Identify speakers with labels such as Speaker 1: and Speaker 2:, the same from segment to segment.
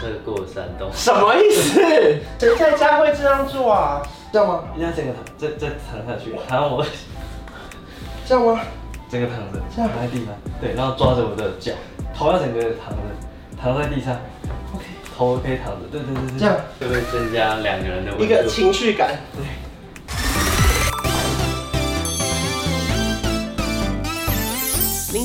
Speaker 1: 车过山洞，
Speaker 2: 什么意思？谁在家会这样做啊？这样吗？
Speaker 3: 你要整个躺，这这躺下去，然后我
Speaker 2: 这样吗？
Speaker 3: 整个躺着，
Speaker 2: 这
Speaker 3: 躺
Speaker 2: 样
Speaker 3: 在地上，对，然后抓着我的脚，头要整个躺着，躺在地上，OK，头可以躺着，对对对对，
Speaker 2: 这样
Speaker 1: 就会增加两个人的
Speaker 2: 嗯一
Speaker 1: 温
Speaker 2: 个
Speaker 1: 度。
Speaker 2: 情绪感。
Speaker 4: 您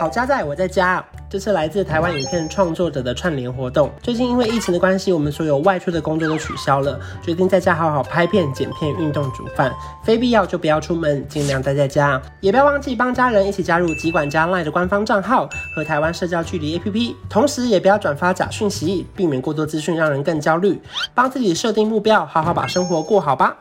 Speaker 4: 好家在我在家，这是来自台湾影片创作者的串联活动。最近因为疫情的关系，我们所有外出的工作都取消了，决定在家好好拍片、剪片、运动、煮饭，非必要就不要出门，尽量待在家。也不要忘记帮家人一起加入集管家 LINE 的官方账号和台湾社交距离 APP，同时也不要转发假讯息，避免过多资讯让人更焦虑。帮自己设定目标，好好把生活过好吧。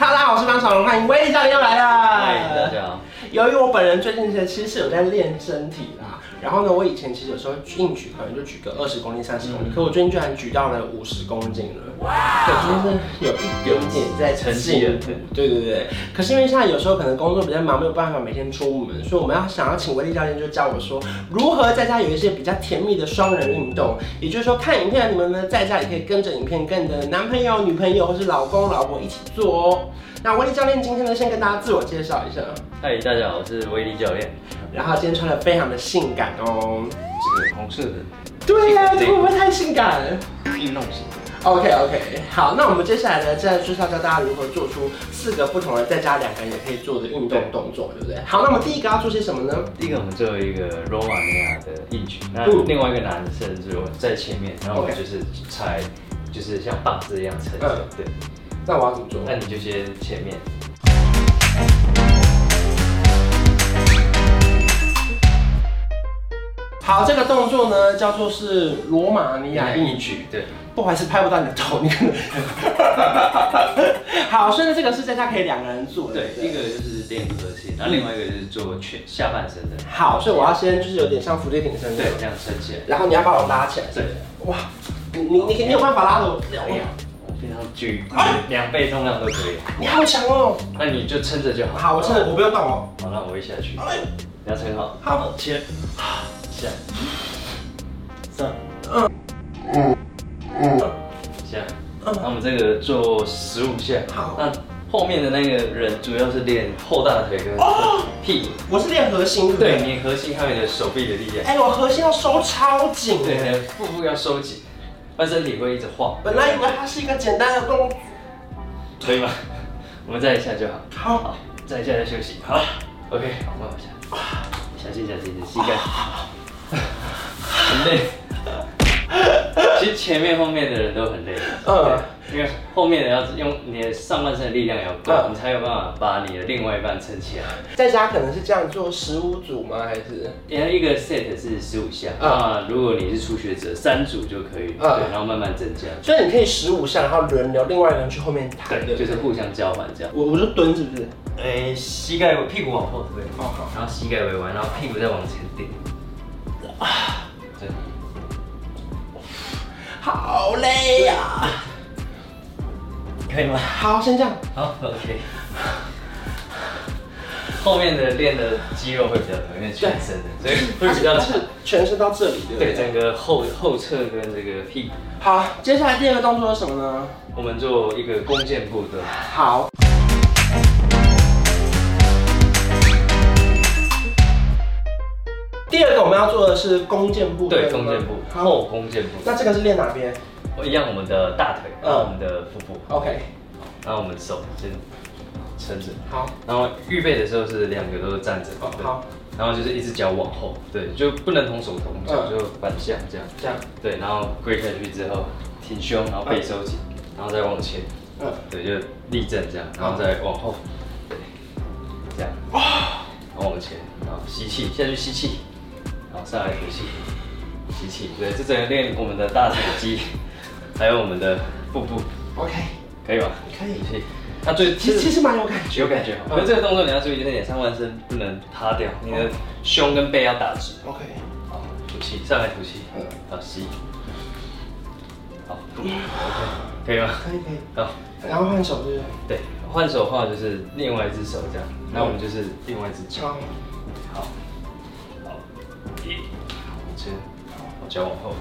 Speaker 4: 哈喽，我是张小龙，欢迎威力教练又来了。
Speaker 1: 嗨，大家好。
Speaker 4: 由于我本人最近其实其实是有在练身体啦，然后呢，我以前其实有时候硬举可能就举个二十公斤、三十公斤，可我最近居然举到了五十公斤了，哇！对，就是有一点点在
Speaker 3: 成绩了
Speaker 4: 进步对对对。可是因为现在有时候可能工作比较忙，没有办法每天出门，所以我们要想要请威力教练就教我说如何在家有一些比较甜蜜的双人运动，也就是说看影片的你们呢在家也可以跟着影片跟你的男朋友、女朋友或是老公、老婆一起做哦。那威力教练今天呢，先跟大家自我介绍一下。
Speaker 1: 嗨，大家好，我是威力教练。
Speaker 4: 然后今天穿的非常的性感哦。
Speaker 3: 这个红色的
Speaker 4: 对呀、这会不会太性感
Speaker 3: 运动型的，
Speaker 4: ？OK OK，好，那我们接下来呢，现在就是要教大家如何做出四个不同的在家两个人也可以做的运动动作，对不对？好，那我们第一个要做些什么呢？
Speaker 3: 第一个我们做一个罗马尼亚的硬举，那
Speaker 4: 嗯
Speaker 3: 另外一个男生是我在前面，然后我
Speaker 4: OK
Speaker 3: 就是踩，就是像棒子一样撑
Speaker 4: 嗯
Speaker 3: 着，对，
Speaker 4: 那我要怎么做？
Speaker 3: 那你就先前面，
Speaker 4: 好，这个动作呢叫做是罗马尼亚硬举。
Speaker 3: 对，
Speaker 4: 不好意思，拍不到你的头，你可能。 好，所以呢这个是在家可以两个人做的。
Speaker 1: 对，
Speaker 4: 不
Speaker 1: 一个就是练核心，然后另外一个就是做全下半身的，
Speaker 4: 好，所以我要先就是有点像伏地挺身那
Speaker 1: 对
Speaker 4: 种，，
Speaker 1: 这样撑起来。
Speaker 4: 然后你要把我拉起来。
Speaker 1: 对，
Speaker 4: 哇，你你你你有办法拉着我？
Speaker 3: 哎呀，我平常举
Speaker 4: 啊
Speaker 3: 两倍重量都可以，
Speaker 4: 你好强哦！
Speaker 3: 那你就撑着就好。
Speaker 4: 好，我现在我不用动哦。
Speaker 3: 好，那我会下去，
Speaker 4: 哎，
Speaker 3: 你要撑好，
Speaker 4: 好，
Speaker 3: 前，下，上，
Speaker 4: 嗯
Speaker 3: 嗯，下。那我们这个做十五下。
Speaker 4: 嗯好
Speaker 3: 那后面的那个人主要是练后大腿跟
Speaker 4: 哦
Speaker 3: 屁股，
Speaker 4: 我是练核心，对不
Speaker 3: 对，。你核心还有你的手臂的力量，
Speaker 4: 哎，我核心要收超紧。
Speaker 3: 对，还有腹部要收紧，不然身体会一直晃。
Speaker 4: 本来以为它是一个简单的动作。
Speaker 3: 可以吗？我们再一下就好。
Speaker 4: 好，
Speaker 3: 好，再一下再休息。好，OK，好，我往下，
Speaker 1: 小心小心，膝盖。
Speaker 3: 很累。
Speaker 1: 其实前面后面的人都很累，
Speaker 4: 嗯，
Speaker 1: 因为后面的要是用你的上半身的力量要够，
Speaker 4: 嗯
Speaker 1: 你才有办法把你的另外一半撑起来。
Speaker 4: 在家可能是这样做十五组吗？还是？
Speaker 1: 然后一个 set 是十五下，
Speaker 4: 嗯
Speaker 1: 那如果你是初学者，三组就可以，
Speaker 4: 嗯
Speaker 1: 对，然后慢慢增加，
Speaker 4: 所以你可以十五下，然后轮流，另外一个人去后面抬，对不
Speaker 1: 就
Speaker 4: 对？
Speaker 1: 是互相交换这样。
Speaker 4: 我我就蹲，是不是？
Speaker 3: 哎，膝盖屁股往后推，
Speaker 4: 哦，好。
Speaker 3: 然后膝盖微弯，然后屁股再往前顶。对，
Speaker 4: 好累呀。
Speaker 3: 可以吗？
Speaker 4: 好，先这样。
Speaker 3: 好，OK。后面的练的肌肉会比较多，因为全身的，所以会比较
Speaker 4: 它
Speaker 3: 长
Speaker 4: 是。全身到这里，对不
Speaker 3: 对，
Speaker 4: 对？
Speaker 3: 整个后后侧跟这个屁股，
Speaker 4: 好，接下来第二个动作是什么呢？
Speaker 3: 我们做一个弓箭步的。
Speaker 4: 好。第二个我们要做的是弓箭步，
Speaker 3: 对，
Speaker 4: 吗
Speaker 3: 弓箭步，
Speaker 4: 好，
Speaker 3: 后弓箭步，
Speaker 4: 那这个是练哪边
Speaker 3: 一样我们的大
Speaker 4: 嗯
Speaker 3: 腿，然后我们的腹部，
Speaker 4: ？OK，
Speaker 3: 然后我们手先撑着，
Speaker 4: 好，
Speaker 3: 然后预备的时候是两个都是站着，
Speaker 4: 哦
Speaker 3: 对
Speaker 4: 好，
Speaker 3: 然后就是一只脚往后，对，就不能同手同脚，
Speaker 4: 嗯
Speaker 3: 就反向这样，
Speaker 4: 这样，
Speaker 3: 对，然后跪下去之后挺胸，然后背收紧，然后再往前，
Speaker 4: 嗯，
Speaker 3: 对，就立正这样，然后再往后，对，这样，然后往前，然后吸气下去吸气，然后上来吐气，吸气，对，这整个练我们的大腿肌，还有我们的腹部，
Speaker 4: ，OK，
Speaker 3: 可以吗？
Speaker 4: 可以
Speaker 3: 吐气。那最
Speaker 4: 其实其实嗯蛮有感觉
Speaker 3: 有感觉好，哦可是这个动作你要注意，就是你的上半身不能趴掉，你
Speaker 4: 哦
Speaker 3: 的胸跟背要打直。
Speaker 4: ，OK，
Speaker 3: 好，吐气，上来吐气
Speaker 4: 嗯，
Speaker 3: 好吸，好，OK，可以吗？
Speaker 4: 可以可以。
Speaker 3: 好，
Speaker 4: 然后换手对不对？
Speaker 3: 对，换手的话就是另外一只手这样，那我们就是另外一只手。
Speaker 4: 敲。
Speaker 3: 好，好，一，好，我先，我脚往后，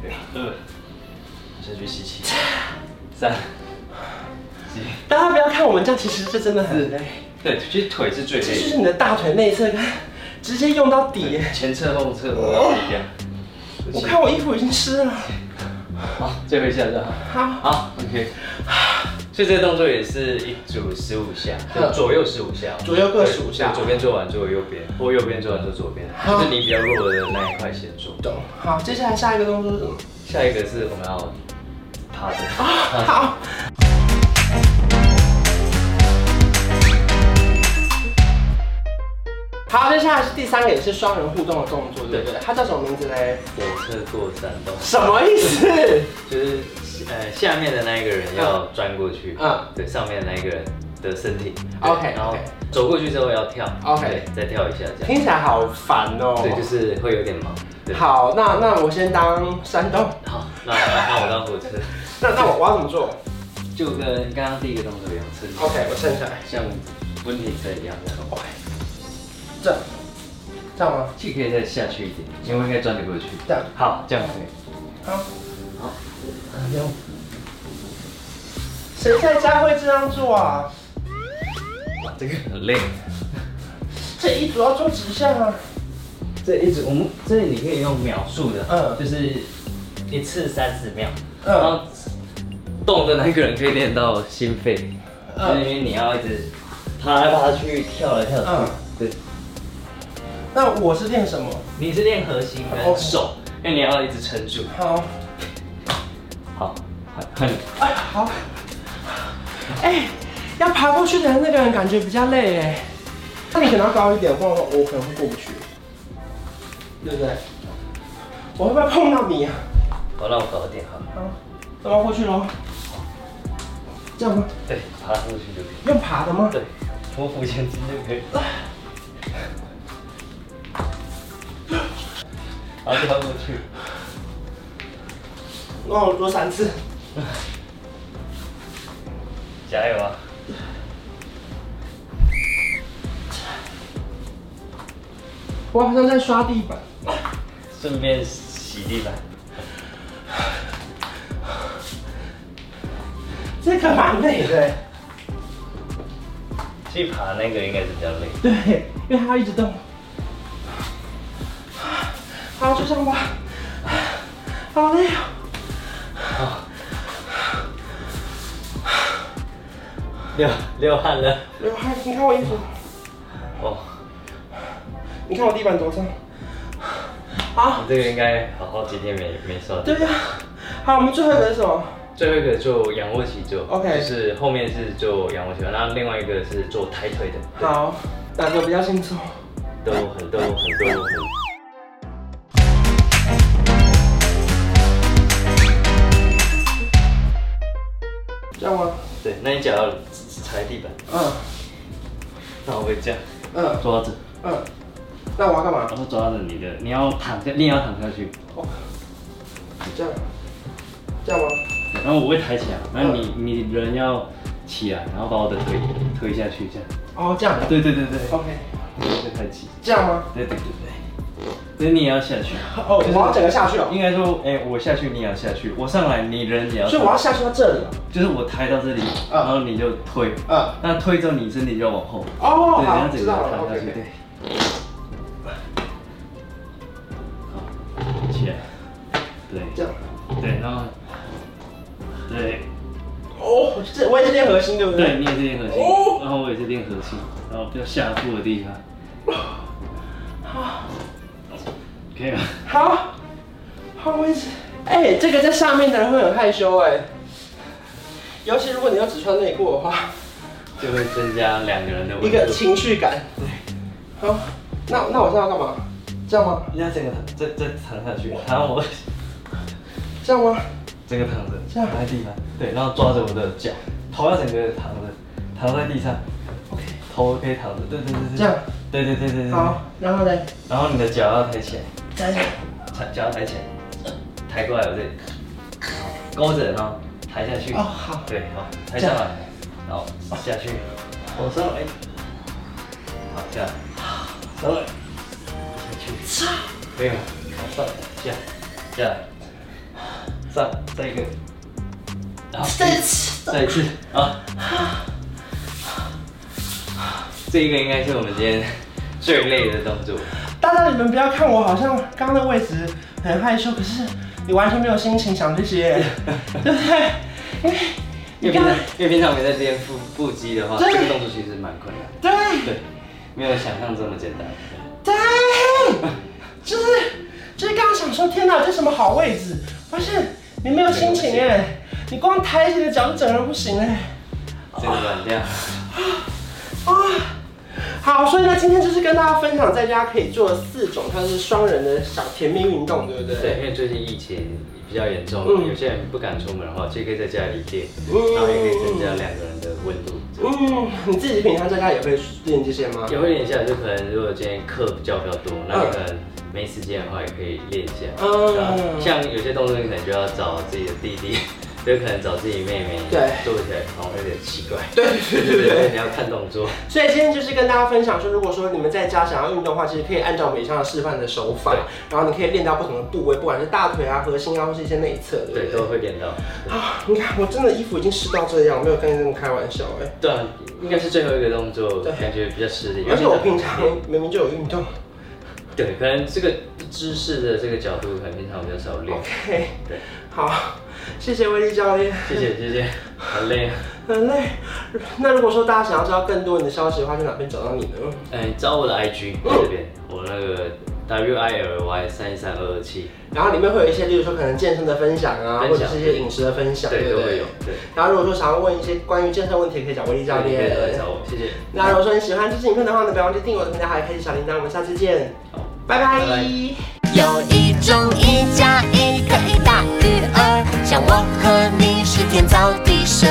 Speaker 3: 对，二，我先去吸气，三，几，
Speaker 4: 大家不要看我们这样，其实这真的很累，
Speaker 3: 对，其实腿是最
Speaker 4: 这
Speaker 3: 累
Speaker 4: 就
Speaker 3: 的
Speaker 4: 是你的大腿内侧，看直接用到底耶。
Speaker 3: 前侧后侧都要不一样。
Speaker 4: 我看我衣服已经湿了。
Speaker 3: 好，最后一下就好。
Speaker 4: 好，
Speaker 3: 好，OK。所以这个动作也是一组十五下，就左右十五下，
Speaker 4: 嗯左右各15下
Speaker 3: 对左边做完做右边，或右边做完做左边，
Speaker 4: 好
Speaker 3: 就是你比较弱的那一块先做。
Speaker 4: 懂。好，接下来下一个动作是什么？
Speaker 3: 下一个是我们要趴着，
Speaker 4: 好，好，接下来是第三个，也是双人互动的动作，对不对？它叫什么名字嘞？
Speaker 3: 火车过山洞，
Speaker 4: 什么意思？
Speaker 3: 就是呃下面的那一个人要转过去，
Speaker 4: 嗯
Speaker 3: 嗯，对，上面的那一个人的身体
Speaker 4: OK，
Speaker 3: 对然后
Speaker 4: OK
Speaker 3: 走过去之后要跳
Speaker 4: OK
Speaker 3: 对再跳一下这样，
Speaker 4: 听起来好烦哦、
Speaker 3: 对，就是会有点忙，对，好，
Speaker 4: 好，那那我先当山洞。
Speaker 3: 那那我当火车，
Speaker 4: 那那我我要怎么做
Speaker 3: 就跟刚刚第一个动作一样，撑住
Speaker 4: ？OK，我撑起来。
Speaker 3: 像温体车一样这样，
Speaker 4: OK，这样，这样吗？
Speaker 3: 其实可以再下去一点，因为应该转得过去，
Speaker 4: 这样。
Speaker 3: 好，这样可以，
Speaker 4: 好，好，谁在家会这样做啊？
Speaker 3: 哇，这个很累。
Speaker 4: 这一组要做几项啊？
Speaker 3: 这一直我们这里你可以用秒数的，
Speaker 4: 嗯
Speaker 3: 嗯，就是一次三十秒，
Speaker 4: 嗯
Speaker 3: 然后动的那个人可以练到心肺，
Speaker 4: 嗯
Speaker 3: 就是因为你要一直爬来爬去，跳来跳去，
Speaker 4: 嗯
Speaker 3: 对，
Speaker 4: 那我是练什么？
Speaker 3: 你是练核心跟手，因为你要一直撑住。
Speaker 4: 好，
Speaker 3: 好，换换你，
Speaker 4: 哎，好，哎，要爬过去的那个人感觉比较累哎，那你可能要高一点，不然我我可能会过不去，对不对？我会不会碰到你啊？
Speaker 3: 好，让我搞一点好了，
Speaker 4: 好，那哦我要过去喽。这样吗？
Speaker 3: 对，爬过去就可以，
Speaker 4: 用爬 的吗？
Speaker 3: 对，匍匐前进就 可以。好，跳过去，
Speaker 4: 那我做三次。
Speaker 3: 加油啊！
Speaker 4: 我好像在刷地板。
Speaker 3: 顺便洗地板。
Speaker 4: 这个蛮累的，
Speaker 3: 去爬那个应该是比较累。
Speaker 4: 对，因为它要一直动。好，就这样吧。好累啊、
Speaker 3: 流流汗了，
Speaker 4: 流汗，你看我衣服，
Speaker 3: 哦，
Speaker 4: 你看我地板多脏。好，
Speaker 3: 你这个应该好好几天没没刷地。
Speaker 4: 对呀、好，我们最后一个是什么？
Speaker 3: 最后一个做仰卧起坐
Speaker 4: OK
Speaker 3: 就是后面是做仰卧起坐，然后另外一个是做抬腿的，对，
Speaker 4: 好，哪个比较轻松？
Speaker 3: 都很都很都很。
Speaker 4: 这样吗？
Speaker 3: 对，那你脚要踩地板，
Speaker 4: 嗯
Speaker 3: 那我会这样
Speaker 4: 嗯
Speaker 3: 抓着，
Speaker 4: 嗯。那我要干嘛？
Speaker 3: 然后抓着你的，你要躺下，你也要躺下去，
Speaker 4: 哦，这样，这样吗？
Speaker 3: 对然后我会抬起来，然后你你人要起来，然后把我的腿推下去，这样。
Speaker 4: 哦，这样。
Speaker 3: 对对对对，
Speaker 4: OK，
Speaker 3: 对抬起，
Speaker 4: 这样吗？
Speaker 3: 对对对对，所以你也要下去。
Speaker 4: 哦，我要整个下去了，
Speaker 3: 应该说，哎、我下去，你也要下去；我上来，你人也要
Speaker 4: 所
Speaker 3: 上
Speaker 4: 以我要下去到这里了。哦
Speaker 3: 就是我抬到这里，
Speaker 4: 嗯
Speaker 3: 然后你就推，
Speaker 4: 嗯
Speaker 3: 那推之后你身体就往后，
Speaker 4: 哦，
Speaker 3: 对，然
Speaker 4: 好，
Speaker 3: 后
Speaker 4: 知
Speaker 3: 整个
Speaker 4: 道
Speaker 3: 抬下
Speaker 4: 了。OK，
Speaker 3: 去，
Speaker 4: OK
Speaker 3: 对。好，起来，
Speaker 4: 这
Speaker 3: 对，
Speaker 4: 样。
Speaker 3: 对，然后，对，
Speaker 4: 哦，这我也是练核心，对不对？
Speaker 3: 对，你也是练核心
Speaker 4: 哦，
Speaker 3: 然后我也是练核心，然后比较下腹的地方，可以吗？
Speaker 4: 好，好位置。哎、这个在上面的人会很害羞哎、尤其如果你又只穿内裤的话，
Speaker 3: 就会增加两个人的
Speaker 4: 一个情绪感。对。好，那那我现在要干嘛？这样吗？
Speaker 3: 你要整个这这躺下去，然后我
Speaker 4: 这样吗？
Speaker 3: 整个躺着，
Speaker 4: 这样
Speaker 3: 躺在地板，对，然后抓着我的脚，头要整个躺着，躺在地上，OK，头可以躺着，对对对对，
Speaker 4: 这样，
Speaker 3: 对对对对对，
Speaker 4: 好，然后呢？
Speaker 3: 然后你的脚要抬起来，
Speaker 4: 再
Speaker 3: 抬脚要抬起来，抬过来我这里，勾着，然后抬下去。
Speaker 4: 哦好
Speaker 3: 对，好，抬下来，然后下去，我上来，好下来，上来，下去，没有，好上下下来，上再一个，然后再次再一次啊。这个应该是我们今天最累的动作。
Speaker 4: 大家你们不要看我好像刚刚的位置很害羞，可是你完全没有心情想这 些，对不对？因为
Speaker 3: 因
Speaker 4: 你
Speaker 3: 为平
Speaker 4: 刚
Speaker 3: 常，因为平常没在练腹腹肌的话，
Speaker 4: 对
Speaker 3: 这个动作其实蛮困难。
Speaker 4: 对
Speaker 3: 对，没有想象这么简单。
Speaker 4: 对，就是就是刚刚想说，天哪，这什么好位置？发现你没有心情哎，你光抬起你的脚就整个人不行哎。
Speaker 3: 真的软掉。
Speaker 4: 啊，好，所以呢，今天就是跟大家分享在家可以做的四种，它是双人的小甜蜜运动，对不对？
Speaker 3: 对，因为最近疫情比较严重，
Speaker 4: 嗯
Speaker 3: 有些人不敢出门的话，就可以在家里练，
Speaker 4: 嗯
Speaker 3: 然后也可以增加两个人的温度。
Speaker 4: 嗯，你自己平常在家也会练这些吗？
Speaker 3: 也会练一下，就可能如果今天课比较比较多，那你可能没时间的话，也可以练一下。
Speaker 4: 嗯
Speaker 3: 嗯，像有些动作你可能就要找自己的弟弟，就可能找自己妹妹，
Speaker 4: 对
Speaker 3: 做起来好像有点奇怪。
Speaker 4: 对对
Speaker 3: 对对，你要看动作。
Speaker 4: 所以今天就是跟大家分享说，如果说你们在家想要运动的话，其实可以按照每项的示范的手法
Speaker 3: 对，
Speaker 4: 然后你可以练到不同的部位，不管是大腿啊、核心啊，或是一些内侧，对不对？
Speaker 3: 对，都会练到。
Speaker 4: 啊，你看我真的衣服已经湿到这样，我没有跟你们开玩笑哎、
Speaker 3: 对啊，应该是最后一个动作，
Speaker 4: 对啊
Speaker 3: 感觉比较吃力。
Speaker 4: 而且我平常明明就有运动
Speaker 3: 对，可能这个姿势的这个角度，可能平常比较少练。
Speaker 4: ，OK，
Speaker 3: 对，
Speaker 4: 好，谢谢威力教练。
Speaker 3: 谢谢谢谢，好累 啊。
Speaker 4: 很累。那如果说大家想要知道更多你的消息的话，去哪边找到你呢？
Speaker 3: 嗯，你找我的 IG 在这边，我那个 W I L Y 三一三二二七，
Speaker 4: 然后里面会有一些，例如说可能健身的分享啊，
Speaker 3: 分享
Speaker 4: 或者是一些饮食的分享，
Speaker 3: 对，
Speaker 4: 不
Speaker 3: 都会有。对。
Speaker 4: 然后如果说想要问一些关于健身问题，可以找威力教
Speaker 3: 对
Speaker 4: 练
Speaker 3: 可以。来找我，谢谢。
Speaker 4: 那如果说你喜欢这支影片的话呢，不要忘记订阅我的频道，还有开启小铃铛。我们下次见，
Speaker 3: 好，
Speaker 4: 拜
Speaker 3: 拜拜
Speaker 4: 拜
Speaker 5: 有一种一加一可以大于二，像我和你是天造地设，